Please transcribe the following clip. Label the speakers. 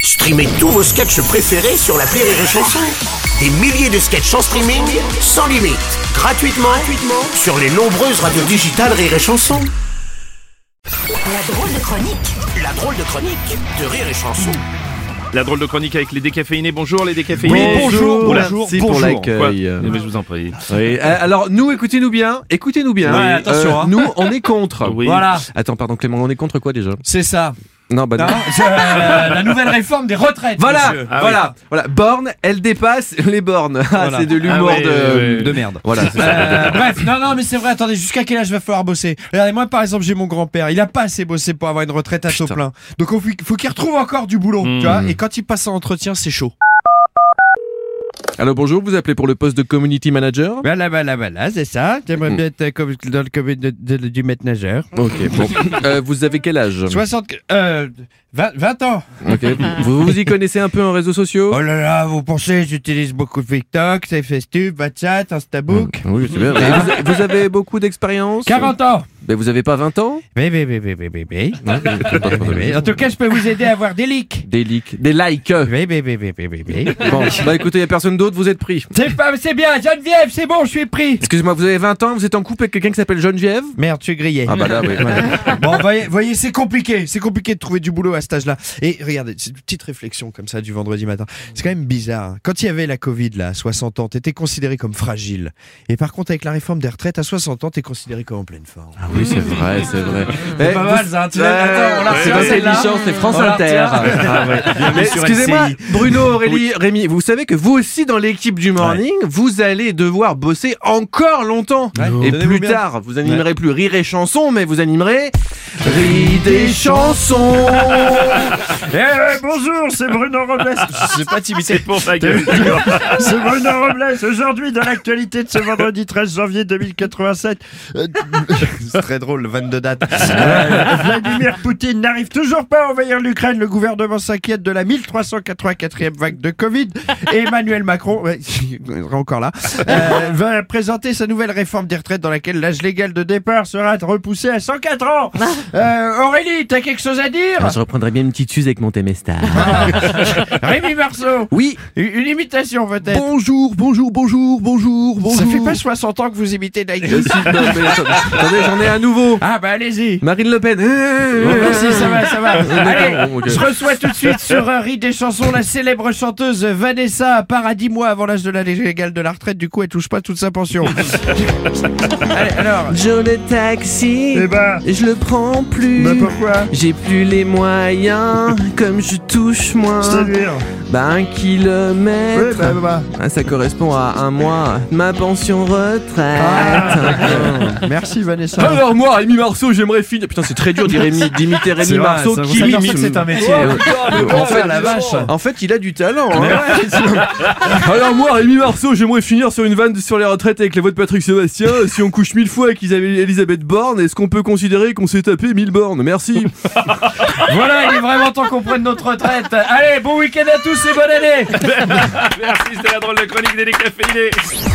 Speaker 1: Streamez tous vos sketchs préférés sur la Rire et Chanson. Des milliers de sketchs en streaming, sans limite, gratuitement, gratuitement sur les nombreuses radios digitales Rire et Chanson.
Speaker 2: La drôle de chronique
Speaker 1: La drôle de chronique de Rire et Chanson.
Speaker 3: La drôle de chronique avec les décaféinés. Bonjour les décaféinés.
Speaker 4: bonjour,
Speaker 3: Oula,
Speaker 4: bonjour,
Speaker 3: c'est
Speaker 4: bonjour.
Speaker 3: pour l'accueil.
Speaker 4: Quoi
Speaker 3: Eh ben, je vous en prie.
Speaker 4: Oui, euh, alors nous, écoutez-nous bien, écoutez-nous bien. Euh,
Speaker 5: Ouais, attention, hein.
Speaker 4: Nous, on est contre.
Speaker 3: Oui.
Speaker 5: Voilà,
Speaker 4: Attends, pardon Clément, on est contre quoi déjà
Speaker 5: c'est ça.
Speaker 4: Non, bah non.
Speaker 5: Hein, c'est, euh, la nouvelle réforme des retraites.
Speaker 4: Voilà,
Speaker 5: monsieur.
Speaker 3: Ah
Speaker 4: voilà, voilà. Borne, elle dépasse les bornes. Ah,
Speaker 5: Voilà.
Speaker 4: C'est de l'humour
Speaker 3: Ah oui,
Speaker 4: de...
Speaker 3: oui, oui.
Speaker 4: de merde. Voilà. c'est ça.
Speaker 5: Euh, bref, non, non, mais c'est vrai, attendez, jusqu'à quel âge va falloir bosser Regardez, moi par exemple, j'ai mon grand-père, il a pas assez bossé pour avoir une retraite à taux plein. Donc il faut, faut qu'il retrouve encore du boulot,
Speaker 3: Mmh.
Speaker 5: tu vois, et quand il passe en entretien, c'est chaud.
Speaker 4: Alors bonjour, vous appelez pour le poste de community manager
Speaker 5: Voilà, voilà, voilà, c'est ça. J'aimerais bien être dans le comité du maître nageur.
Speaker 4: Ok. Bon. Euh, vous avez quel âge
Speaker 5: 60, Hmm. euh, 20, ans.
Speaker 4: Ok. Vous vous y connaissez un peu en réseaux sociaux
Speaker 5: Oh là là, vous pensez, j'utilise beaucoup TikTok, FaceTube, WhatsApp, Instabook.
Speaker 4: Oui, c'est bien. Et vous, vous avez beaucoup d'expérience
Speaker 5: 40 ans.
Speaker 4: Mais vous avez pas 20 ans
Speaker 5: Oui, oui, oui, oui, oui, oui, oui.
Speaker 4: Non, je- je- pardon, pardon.
Speaker 5: Oui, En tout cas, je peux vous aider à avoir des leaks.
Speaker 4: Des likes, des likes.
Speaker 5: Oui, oui, oui, oui, oui, oui, oui.
Speaker 4: Bon, bah écoutez, il a personne d'autre, vous êtes pris.
Speaker 5: C'est pas, c'est bien, Geneviève, c'est bon, je suis pris.
Speaker 4: Excusez-moi, vous avez 20 ans, vous êtes en couple avec quelqu'un qui s'appelle Geneviève
Speaker 5: Merde, je suis grillé.
Speaker 4: Ah bah là, oui.
Speaker 5: Bon, voyez, voyez c'est compliqué, c'est compliqué de trouver du boulot à cet âge-là. Et regardez, c'est une petite réflexion comme ça du vendredi matin. C'est quand même bizarre. hein. Quand il y avait la Covid, là, à 60 ans, t'étais considéré comme fragile. Et par contre, avec la réforme des retraites, à 60 ans, t'es considéré comme en pleine forme.
Speaker 4: Ah oui, c'est vrai, c'est vrai.
Speaker 5: C'est pas mal, ça, hein. Tu l'as- attends, on la retient,
Speaker 4: Eh, Euh, C'est
Speaker 5: celle-là.
Speaker 4: intelligent, c'est France
Speaker 5: On la
Speaker 4: Inter.
Speaker 5: retient.
Speaker 4: Ah ouais. Mais
Speaker 5: sur
Speaker 4: Excusez-moi,
Speaker 5: LCI.
Speaker 4: Bruno, Aurélie, Rémi, vous savez que vous aussi dans l'équipe du Morning, vous allez devoir bosser encore longtemps.
Speaker 5: Ouais.
Speaker 4: Et
Speaker 5: Donnez-vous
Speaker 4: plus
Speaker 5: bien.
Speaker 4: tard, vous animerez plus Rire et Chanson, mais vous animerez Rire et Chanson.
Speaker 5: eh, bonjour, c'est Bruno Robles. C'est pas timide.
Speaker 3: C'est pour ma gueule.
Speaker 5: C'est Bruno Robles. Aujourd'hui, dans l'actualité de ce vendredi 13 janvier 2087, euh, c'est très drôle, le 22 date. Euh, Vladimir Poutine n'arrive toujours pas à envahir l'Ukraine. Le gouvernement s'inquiète de la 1384e vague de Covid. Et Emmanuel Macron, ouais, il sera encore là, euh, va présenter sa nouvelle réforme des retraites dans laquelle l'âge légal de départ sera repoussé à 104 ans. Euh, Aurélie, t'as quelque chose à dire
Speaker 4: Ah, Je reprendrai bien une petite suze avec mon Temestar.
Speaker 5: Rémi Marceau,
Speaker 4: Oui.
Speaker 5: une une imitation peut-être.
Speaker 4: Bonjour, bonjour, bonjour, bonjour, bonjour.
Speaker 5: Ça fait pas 60 ans que vous imitez Nike.
Speaker 4: Non, mais attendez, attendez, j'en ai un nouveau.
Speaker 5: Ah bah allez-y.
Speaker 4: Marine Le Pen.
Speaker 5: Merci, Ah, ça va, ça va. Allez,
Speaker 4: bon, ok.
Speaker 5: je reçois tout de suite sur un riz des chansons la célèbre chanteuse Vanessa à 10 mois avant l'âge de la légale de la retraite. Du coup, elle touche pas toute sa pension. allez, alors.
Speaker 4: Je le taxi,
Speaker 5: Eh ben,
Speaker 4: je le prends plus.
Speaker 5: bah pourquoi
Speaker 4: J'ai plus les moyens, comme je touche moins.
Speaker 5: C'est-à-dire
Speaker 4: Bah un
Speaker 5: Oui,
Speaker 4: kilomètre.
Speaker 5: bah, bah, bah.
Speaker 4: Ah, ça correspond à un mois. Ma pension
Speaker 5: bah. Ah.
Speaker 4: Hein. retraite.
Speaker 5: Merci Vanessa.
Speaker 4: Alors moi, Rémi Marceau, j'aimerais finir. Putain, c'est très dur d'imiter d'imiter Rémi Marceau qui imite.
Speaker 5: métier. hein.
Speaker 4: Euh, euh, en, fait,
Speaker 5: la vache.
Speaker 4: en fait, il a du talent. hein. Alors moi, Rémi Marceau, j'aimerais finir sur une vanne sur les retraites avec la voix de Patrick Sébastien. Si on couche mille fois avec Isabelle- Elisabeth Borne, est-ce qu'on peut considérer qu'on s'est tapé mille bornes Merci.
Speaker 5: Voilà, il est vraiment temps qu'on prenne notre retraite. Allez, bon week-end à tous et bonne année
Speaker 3: Merci, c'était la drôle de chronique des décaféinés.